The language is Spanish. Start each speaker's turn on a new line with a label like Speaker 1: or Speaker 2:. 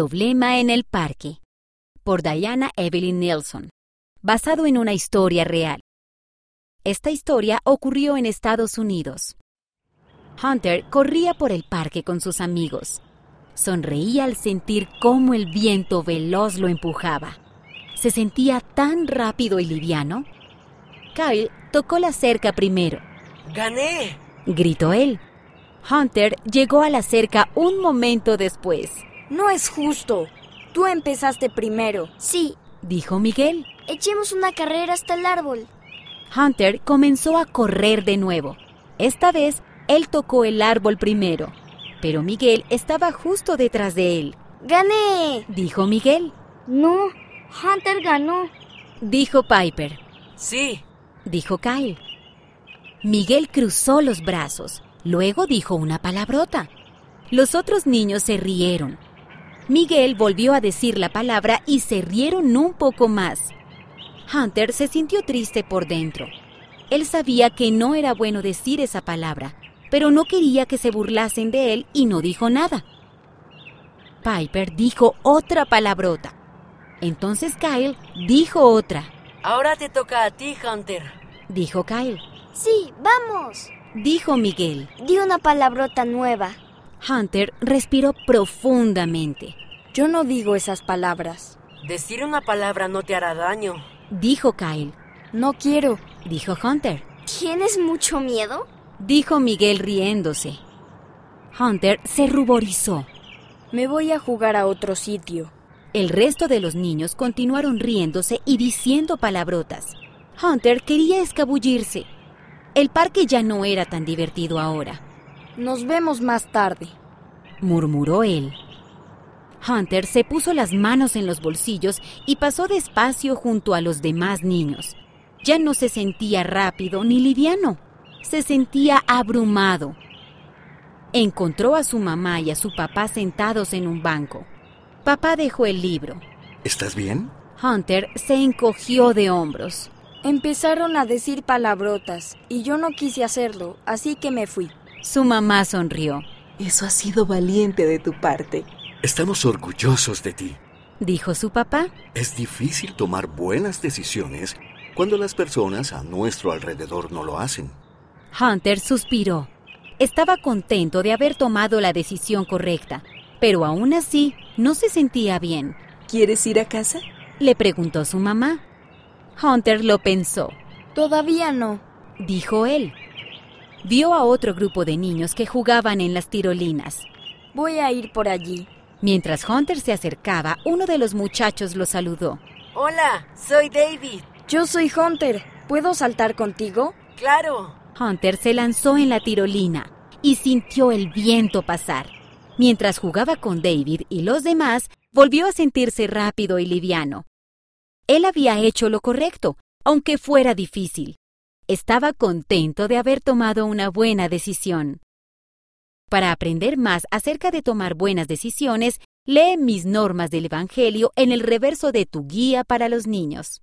Speaker 1: Problema en el Parque, por Diana Evelyn Nelson, basado en una historia real. Esta historia ocurrió en Estados Unidos. Hunter corría por el parque con sus amigos. Sonreía al sentir cómo el viento veloz lo empujaba. Se sentía tan rápido y liviano. Kyle tocó la cerca primero,
Speaker 2: ¡Gané!
Speaker 1: gritó él. Hunter llegó a la cerca un momento después,
Speaker 3: No es justo. Tú empezaste primero.
Speaker 4: Sí,
Speaker 1: dijo Miguel.
Speaker 4: echemos una carrera hasta el árbol.
Speaker 1: Hunter comenzó a correr de nuevo. Esta vez, él tocó el árbol primero, pero Miguel estaba justo detrás de él,
Speaker 4: ¡Gané!
Speaker 1: dijo Miguel.
Speaker 4: No, Hunter ganó.
Speaker 1: Dijo Piper,
Speaker 2: Sí,
Speaker 1: dijo Kyle. Miguel cruzó los brazos, luego dijo una palabrota. Los otros niños se rieron. Miguel volvió a decir la palabra y se rieron un poco más. Hunter se sintió triste por dentro. Él sabía que no era bueno decir esa palabra, pero no quería que se burlasen de él y no dijo nada. Piper dijo otra palabrota. Entonces Kyle dijo otra,
Speaker 2: ahora te toca a ti, Hunter.
Speaker 1: dijo Kyle.
Speaker 4: Sí, vamos.
Speaker 1: dijo Miguel.
Speaker 4: Di una palabrota nueva.
Speaker 1: Hunter respiró profundamente,
Speaker 3: Yo no digo esas palabras.
Speaker 2: Decir una palabra no te hará daño.
Speaker 1: dijo Kyle,
Speaker 3: No quiero.
Speaker 1: dijo Hunter,
Speaker 4: ¿Tienes mucho miedo?
Speaker 1: dijo Miguel riéndose. Hunter se ruborizó.
Speaker 3: Me voy a jugar a otro sitio.
Speaker 1: El resto de los niños continuaron riéndose y diciendo palabrotas. Hunter quería escabullirse. El parque ya no era tan divertido ahora,
Speaker 3: Nos vemos más tarde.
Speaker 1: murmuró él. Hunter se puso las manos en los bolsillos y pasó despacio junto a los demás niños. Ya no se sentía rápido ni liviano, se sentía abrumado. Encontró a su mamá y a su papá sentados en un banco. Papá dejó el libro.
Speaker 5: ¿Estás bien?
Speaker 1: Hunter se encogió de hombros.
Speaker 3: Empezaron a decir palabrotas y yo no quise hacerlo, así que me fui.
Speaker 1: Su mamá sonrió,
Speaker 6: Eso ha sido valiente de tu parte.
Speaker 5: Estamos orgullosos de ti.
Speaker 1: dijo su papá.
Speaker 5: Es difícil tomar buenas decisiones cuando las personas a nuestro alrededor no lo hacen.
Speaker 1: Hunter suspiró. Estaba contento de haber tomado la decisión correcta, pero aún así no se sentía bien.
Speaker 6: ¿Quieres ir a casa?
Speaker 1: Le preguntó su mamá. Hunter lo pensó,
Speaker 3: Todavía no.
Speaker 1: dijo él. Vio a otro grupo de niños que jugaban en las tirolinas.
Speaker 3: Voy a ir por allí.
Speaker 1: Mientras Hunter se acercaba, uno de los muchachos lo saludó.
Speaker 2: Hola, soy David.
Speaker 3: Yo soy Hunter. ¿Puedo saltar contigo?
Speaker 2: Claro.
Speaker 1: Hunter se lanzó en la tirolina y sintió el viento pasar. Mientras jugaba con David y los demás, volvió a sentirse rápido y liviano. Él había hecho lo correcto, aunque fuera difícil. Estaba contento de haber tomado una buena decisión. Para aprender más acerca de tomar buenas decisiones, lee mis normas del Evangelio en el reverso de tu guía para los niños.